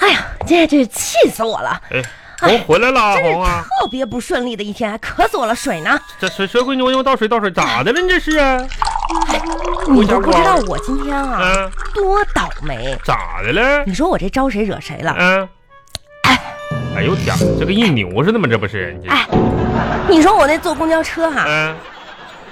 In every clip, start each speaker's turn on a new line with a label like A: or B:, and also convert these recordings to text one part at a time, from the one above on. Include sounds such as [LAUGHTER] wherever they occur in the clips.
A: 哎这这气死我了！
B: 哎，红回来了，
A: 真是
B: 红啊！
A: 特别不顺利的一天，还渴死我了，水呢？
B: 这水水鬼牛牛倒水倒水，咋的了？你这是啊？
A: 你都不知道我今天啊
B: 嗯，
A: 多倒霉！
B: 咋的了？
A: 你说我这招谁惹谁了？
B: 嗯。哎呦天，这跟印牛似的吗？这不是？你这
A: 哎，你说我那坐公交车哈、
B: 嗯，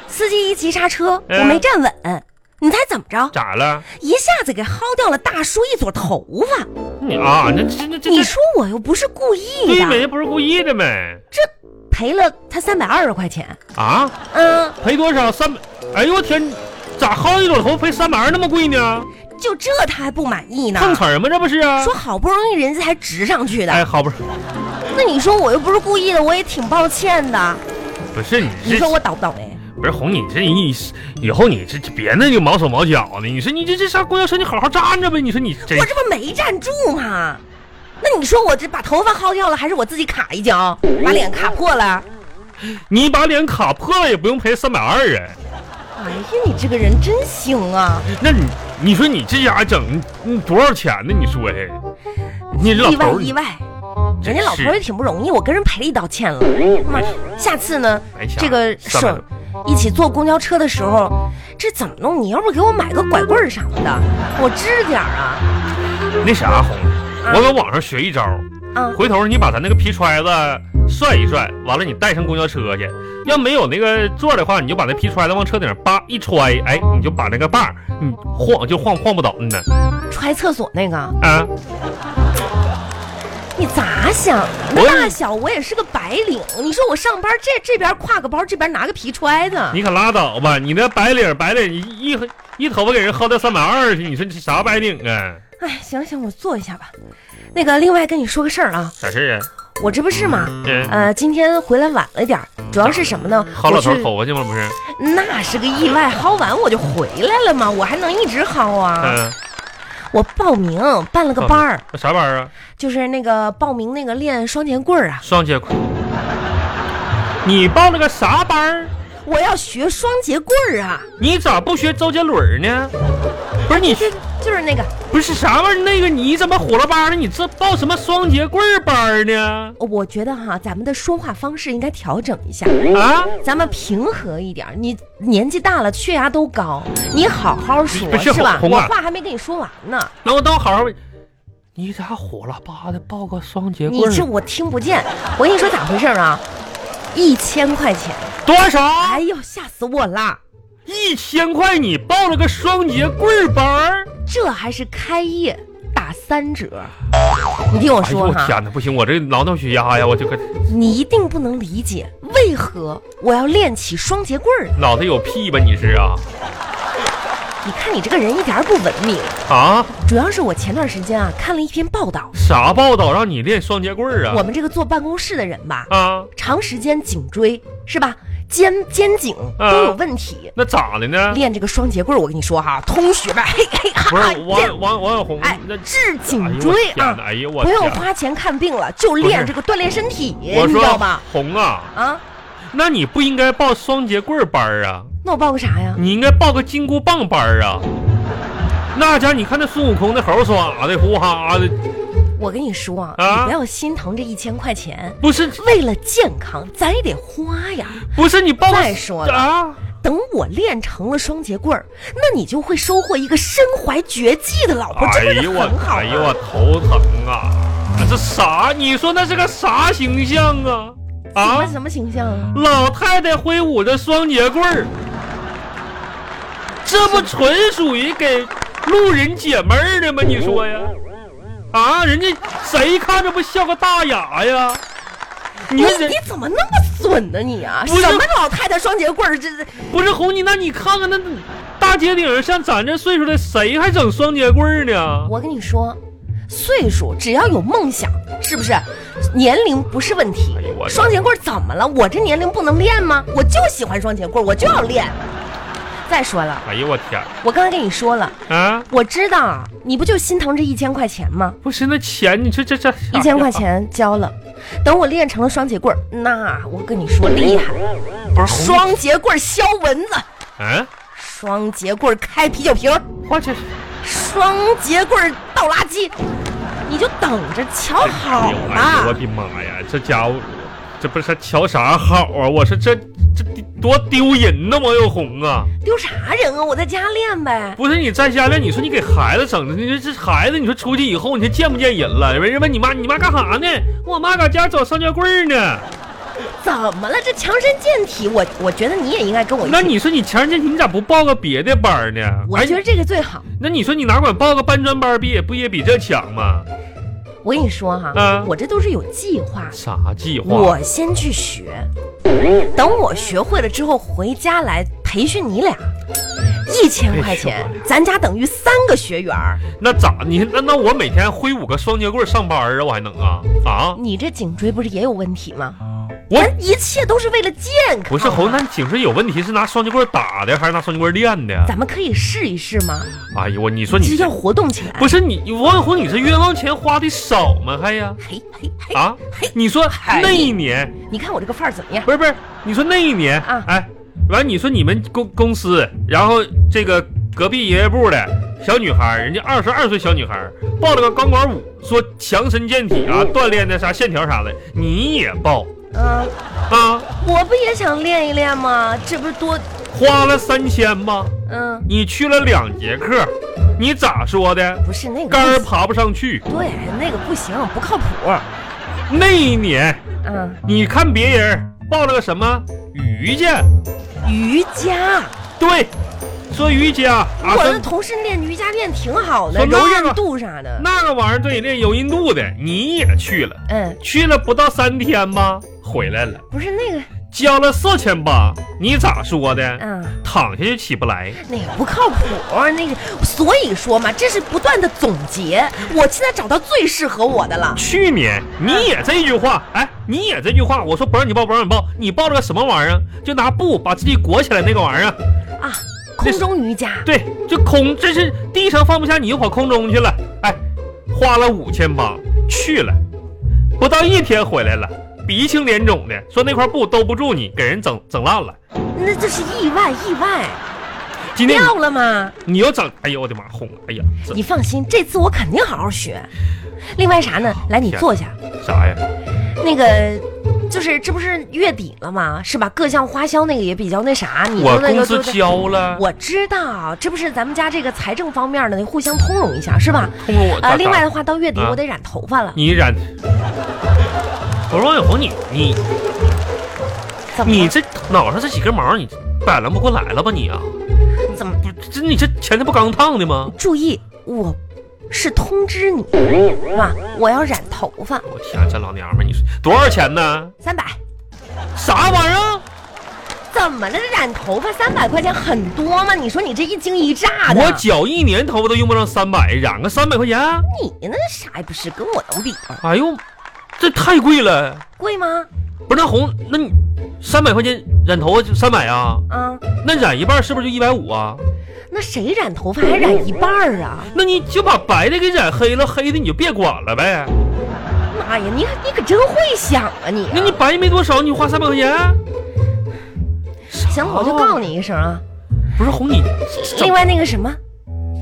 A: 司机一急刹车，
B: 嗯
A: 我没站稳，你猜怎么着？
B: 咋了？
A: 一下子给薅掉了大叔一撮头发。
B: 你啊，那这这这
A: 你
B: 这
A: 说我又不是故意
B: 对
A: 的，
B: 没不是故意的呗？
A: 这赔了他三百二十块钱。
B: 啊？
A: 嗯，
B: 赔多少？三百？哎呦我天，咋薅一朵头赔三百二那么贵呢？
A: 就这他还不满意呢？
B: 碰瓷儿吗？这不是啊？
A: 说好不容易人家才值上去的，
B: 哎，好不是
A: 那你说我又不是故意的，我也挺抱歉的。
B: 不是你这
A: 你说我倒不倒霉？
B: 不是红，你这你以后你这这别那就毛手毛脚的。你说你这这上公交车你好好站着呗。你说你这
A: 我这不没站住吗？那你说我这把头发薅掉了，还是我自己卡一脚，把脸卡破了？
B: 你把脸卡破了也不用赔三百二啊。
A: 哎呀，你这个人真行啊！
B: 那你你说你这家整你多少钱呢？你说嘿，你老
A: 意外
B: 头儿
A: 意外，人家老头儿也挺不容易，我跟人赔了一道歉了。妈，下次呢
B: 哎呀，
A: 这个
B: 三
A: 手
B: 百多
A: 一起坐公交车的时候，这怎么弄？你要不给我买个拐棍儿啥的，我支点儿啊
B: 那啥红，
A: 嗯
B: 我搁网上学一招，
A: 啊！
B: 回头你把咱那个皮揣子涮一涮，完了你带上公交车去。要没有那个座儿的话，你就把那皮揣子往车顶上叭一揣，哎，你就把那个把儿你晃就晃晃不倒，嗯呢
A: 揣厕所那个，
B: 啊。
A: 你咋想？
B: 我
A: 那大小我也是个白领，你说我上班这这边挎个包，这边拿个皮揣子，
B: 你可拉倒吧！你那白领白领，你一一头发给人薅到三百二去，你说你是啥白领啊？
A: 哎，行行，我坐一下吧。那个，另外跟你说个事儿啊，
B: 啥事儿啊？
A: 我这不是嘛，
B: 嗯，
A: 呃，今天回来晚了点儿，主要是什么呢？
B: 薅
A: 我
B: 老
A: 去
B: 头头发去吗？不是？
A: 那是个意外，薅完我就回来了嘛，我还能一直薅啊？
B: 嗯，
A: 我报名办了个班儿，
B: 那啥玩意儿啊？
A: 就是那个报名那个练双截棍儿啊，
B: 双节棍。你报了个啥班儿？
A: 我要学双截棍儿啊，
B: 你咋不学周杰伦儿呢？不是你
A: 就就是那个，
B: 不是啥玩意儿？那个你怎么火了吧的？你这报什么双节棍儿班儿呢？
A: 我觉得哈，咱们的说话方式应该调整一下。
B: 啊？
A: 咱们平和一点儿，你年纪大了，血压都高，你好好说
B: 不是
A: 吧？
B: 红
A: 我
B: 啊
A: 话还没跟你说完呢，
B: 那我等我好好问。你咋火了吧的报个双节
A: 你
B: 棍
A: 这
B: 儿？
A: 我听不见。我跟你说咋回事儿啊？一千块钱，
B: 多少？
A: 哎呦，吓死我啦！
B: 一千块你报了个双节棍儿班儿？
A: 这还是开业打三折。你听我
B: 哎呦
A: 说
B: 我
A: 哈，
B: 天哪，不行，我这脑脑血压呀，我这个
A: 你一定不能理解为何我要练起双截棍儿。
B: 脑袋有屁吧？你是啊
A: 你看你这个人一点儿不文明。
B: 啊？
A: 主要是我前段时间啊看了一篇报道，
B: 啥报道让你练双节棍儿
A: 我
B: 啊？
A: 们这个坐办公室的人吧，
B: 啊，
A: 长时间颈椎是吧，肩肩颈
B: 啊
A: 都有问题。
B: 那咋的呢？
A: 练这个双截棍儿，我跟你说哈，通血脉， [LAUGHS] 嘿嘿哈
B: 不是
A: 哈，
B: 王王王小红
A: 哎，
B: 那
A: 治
B: 哎
A: 颈
B: 呦我
A: 椎
B: 天
A: 啊
B: 哪！，哎呦我
A: 不用
B: 天哪！
A: 花钱看病了，就
B: 不是
A: 练这个锻炼身体，
B: 我
A: 你知道
B: 说
A: 吧？
B: 红啊，
A: 啊，
B: 那你不应该报双节棍儿班儿啊，
A: 那我报个啥呀？
B: 你应该报个金箍棒班儿啊。那家你看那孙悟空那猴耍的呼哈的，
A: 我跟你说啊，
B: 啊
A: 你不要心疼这一千块钱，
B: 不是
A: 为了健康，咱也得花呀。
B: 不是你报个
A: 再说了
B: 啊。
A: 等我练成了双截棍儿，那你就会收获一个身怀绝技的老婆，
B: 哎
A: 真的
B: 呦我
A: 很，好、啊。
B: 哎呦我头疼啊！这啥？你说那是个啥形象啊？
A: 什么
B: 啊！
A: 什么形象啊？
B: 老太太挥舞着双节棍儿，这不纯属于给路人解闷儿的吗？你说呀？啊！人家谁看着不笑个大牙呀？你
A: 你
B: 说人
A: 你怎么那么损呢、你啊，
B: 不是
A: 什么老太太双截棍儿，这这
B: 不是红你？那你看看那大街顶上，像咱这岁数的，谁还整双节棍儿呢？
A: 我跟你说，岁数只要有梦想，是不是？年龄不是问题。
B: 哎呦我的
A: 双截棍怎么了？我这年龄不能练吗？我就喜欢双截棍，我就要练。再说了，
B: 哎呦我天
A: 我刚才跟你说了，
B: 啊！
A: 我知道啊，你不就心疼这一千块钱吗？
B: 不是那钱，你这这这
A: 一千块钱交了，等我练成了双截棍儿，那我跟你说厉害，
B: 不是红
A: 双截棍儿削蚊子，
B: 嗯，
A: 双截棍儿开啤酒瓶儿，
B: 我这
A: 双截棍儿倒垃圾，你就等着瞧
B: 哎
A: 好
B: 呦哎呦我
A: 了。
B: 的妈呀，这家伙，这不是他瞧啥好啊？我说这这多丢人呐，王又红啊！
A: 丢啥人啊？我在家练呗。
B: 不是你在家里，你说你给孩子整的，你说这孩子，你说出去以后，你还见不见人了？人家问你妈，你妈干啥呢？我妈搁家找烧焦棍儿呢。
A: 怎么了？这强身健体，我我觉得你也应该跟我一
B: 那
A: 起。
B: 你说你前阵你咋不报个别的班儿呢？
A: 我
B: 哎
A: 觉得这个最好。
B: 那你说你哪管报个搬砖班儿，不也不也比这强吗？
A: 我跟你说哈、
B: 嗯
A: 我这都是有计划。
B: 啥计划？
A: 我先去学，等我学会了之后回家来培训你俩。一千块钱
B: 哎呦，
A: 咱家等于三个学员儿。
B: 那咋你那那我每天挥舞个双截棍儿上班儿啊，我还能啊啊？
A: 你这颈椎不是也有问题吗？
B: 嗯我
A: 咱一切都是为了健康啊。
B: 不是侯南颈椎有问题，是拿双截棍儿打的还是拿双截棍儿练的？
A: 咱们可以试一试吗？
B: 哎呦我，你说啊你
A: 这
B: 这
A: 要活动起来。
B: 不是你王永红，你这冤枉钱花的少吗？还、呀
A: 嘿嘿哎嘿，哎
B: 啊？你说那一年
A: 你看我这个范儿怎么样？
B: 不是不是？你说那一年
A: 啊
B: 哎，完你说你们公公司，然后这个隔壁营业部的小女孩儿，人家二十二岁小女孩儿报了个钢管舞，说强身健体啊，锻炼的啥线条啥的，你也报
A: 嗯，
B: 啊？
A: 我不也想练一练吗？这不是多
B: 花了三千吗？
A: 嗯，
B: 你去了两节课，你咋说的？
A: 不是那个
B: 杆儿
A: 不
B: 爬不上去。
A: 对，那个不行，不靠谱。
B: 那一年
A: 嗯，
B: 你看别人报了个什么瑜伽，
A: 瑜伽，
B: 对，说瑜伽啊，
A: 我的
B: 说
A: 同事练瑜伽练挺好的，
B: 说那
A: 柔
B: 个
A: 韧度啥的。
B: 那个玩意儿对练有印度的，你也去了，
A: 嗯，
B: 去了不到三天吧，回来了，
A: 不是那个，
B: 交了四千八，你咋说的？
A: 嗯，
B: 躺下就起不来，
A: 那个不靠谱，那个，所以说嘛，这是不断的总结。我现在找到最适合我的了。
B: 去年你也这句话，哎，你也这句话，我说不让你报，不让你报，你报了个什么玩意儿？就拿布把自己裹起来那个玩意儿，
A: 啊，空中瑜伽，
B: 对，就空，这是地上放不下，你就跑空中去了。哎，花了五千八去了，不到一天回来了，鼻青脸肿的，说那块布兜不住你，给人整整烂了。
A: 那这是意外，意外
B: 今天
A: 掉了吗？
B: 你你又整，哎呦我的妈，红了，哎呀，这
A: 你放心，这次我肯定好好学。另外啥呢？来，你
B: 哦天
A: 坐下。
B: 啥呀？
A: 那个，就是这不是月底了吗？是吧？各项花销那个也比较那啥，你
B: 我
A: 的那
B: 工
A: 个
B: 资
A: 对不对？
B: 交了，
A: 我知道，这不是咱们家这个财政方面的，互相通融一下，是吧？
B: 通过我咋
A: 啊，
B: 咋
A: 另外的话，到月底
B: 啊
A: 我得染头发了。
B: 你染，我说王永红，你你
A: 怎么了？
B: 你这脑上这几根毛，你摆弄不过来了吧你啊？
A: 你怎么
B: 不，这你这前头不刚烫的吗？
A: 注意？我是通知你，是吧？我要染头发，
B: 我天，这老娘们儿，你说多少钱呢？
A: 三百。
B: 啥玩意儿？
A: 怎么了？这染头发三百块钱很多吗？你说你这一惊一乍的，
B: 我绞一年头发都用不上三百，染个三百块钱，
A: 你那啥也不是，跟我能比吗？
B: 哎呦，这太贵了。
A: 贵吗？
B: 不是那红，那你三百块钱染头发就三百啊？
A: 啊，
B: 那染一半是不是就一百五啊？
A: 那谁染头发还染一半儿啊？
B: 那你就把白的给染黑了，黑的你就别管了呗。
A: 妈呀，你你可真会想啊你！
B: 那你白没多少，你花三百块钱，
A: 行，我就告诉你一声啊。
B: 不是红你整
A: 另外那个什么，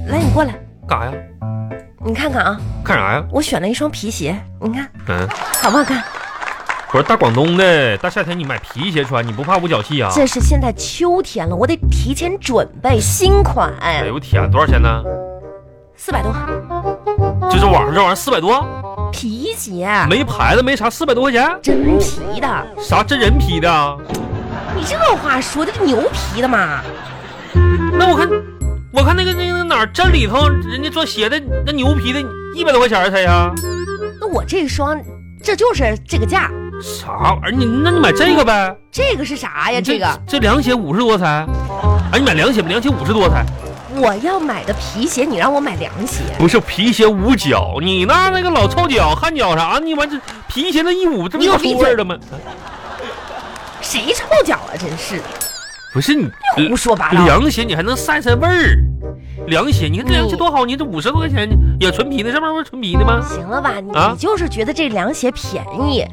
A: 来你过来，
B: 干啥呀？
A: 你看看啊，
B: 看啥呀？
A: 我选了一双皮鞋，你看
B: 嗯，
A: 好不好看？
B: 不是大广东的，大夏天你买皮鞋穿，你不怕捂脚气啊？
A: 这是现在秋天了，我得提前准备新款，
B: 哎呦我天，多少钱呢？
A: 四百多
B: 就这网上这玩意儿四百多，
A: 皮鞋，
B: 没牌子没啥，四百多块钱，
A: 真皮的。
B: 啥真人皮的啊？
A: 你这话说的，这牛皮的嘛？
B: 那我看，我看那个那个哪儿镇里头，人家做鞋的那牛皮的，一百多块钱儿才呀？
A: 那我这双，这就是这个价。
B: 啥玩意儿？你那你买这个呗？
A: 这个是啥哎呀？
B: 你
A: 这个
B: 这凉鞋五十多才，哎，你买凉鞋吧，凉鞋五十多才，
A: 我要买的皮鞋，你让我买凉鞋，
B: 不是皮鞋捂脚，你那那个老臭脚、汗脚啥，你完这皮鞋那一捂，这不
A: 你给
B: 就
A: 我闭
B: 出
A: 嘴
B: 味儿了吗？
A: 谁臭脚啊？真是的
B: 不是你呃
A: 胡说八道。
B: 凉鞋你还能散散味儿，凉鞋你看这凉鞋多
A: 哎
B: 好，你这五十多块钱也纯皮的，上面不是纯皮的吗？
A: 行了吧，你
B: 啊嗯
A: 你就是觉得这凉鞋便宜。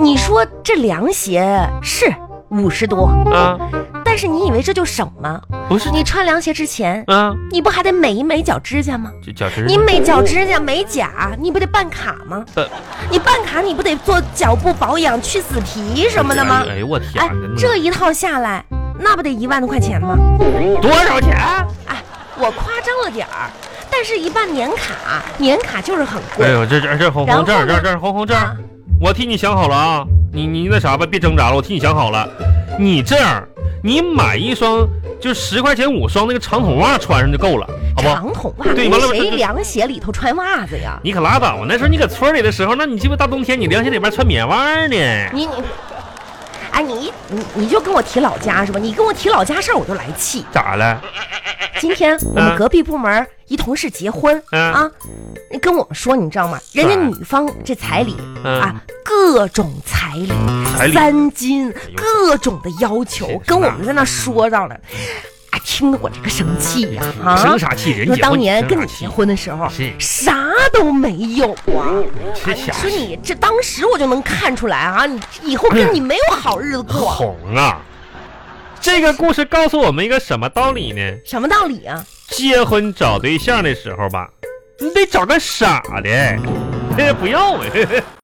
A: 你说这凉鞋是五十多，
B: 啊，
A: 但但是你以为这就省吗？
B: 不是
A: 你穿凉鞋之前，
B: 啊，
A: 你不还得美一美脚指甲吗？
B: 这脚趾
A: 你美脚指甲、美甲，你不得办卡吗？
B: 嗯呃
A: 你办卡，你不得做脚部保养、去死皮什么的吗？
B: 哎呦我天
A: 哎
B: 哪，，
A: 这一套下来，那不得一万多块钱吗？
B: 多少钱？
A: 哎，我夸张了点儿，但是一办年卡，年卡就是很贵。
B: 哎呦，这这这红
A: 然
B: 红
A: 后
B: 这儿这
A: 呢
B: 儿这儿红红这儿
A: 啊，
B: 我替你想好了啊，你你那啥吧，别挣扎了，我替你想好了。你这样，你买一双就十块钱五双那个长筒袜穿上就够了，好不好？
A: 长筒袜，
B: 对完了这
A: 谁
B: 这
A: 凉鞋里头穿袜子呀？
B: 你可拉倒！我那时候你搁村里的时候，那你鸡巴大冬天你凉鞋里边穿棉袜呢？
A: 你你，哎，你你你就跟我提老家是吧？你跟我提老家事儿，我就来气。
B: 咋了？
A: 今天我们隔壁部门儿一同事结婚、
B: 嗯
A: 啊，跟我们说，你知道吗？人家
B: 咋
A: 女方这彩礼、
B: 嗯
A: 啊，各种彩礼，
B: 彩礼哎
A: 三金，
B: 呦
A: 各种的要求
B: 是，
A: 跟我们在那说道呢，哎，听得我这个生气呀啊！
B: 生啥气？人
A: 说
B: 结婚
A: 当年
B: 生
A: 跟
B: 啥
A: 你
B: 气
A: 结婚的时候
B: 是，哎
A: 啥都没有啊！
B: 是啥
A: 说你这当时我就能看出来啊，你以
B: 哎
A: 后跟你没有好日子过，
B: 红啊！这个故事告诉我们一个什么道理呢？
A: 什么道理啊？
B: 结婚找哎对象的时候吧，你得找个傻的，不要我。啊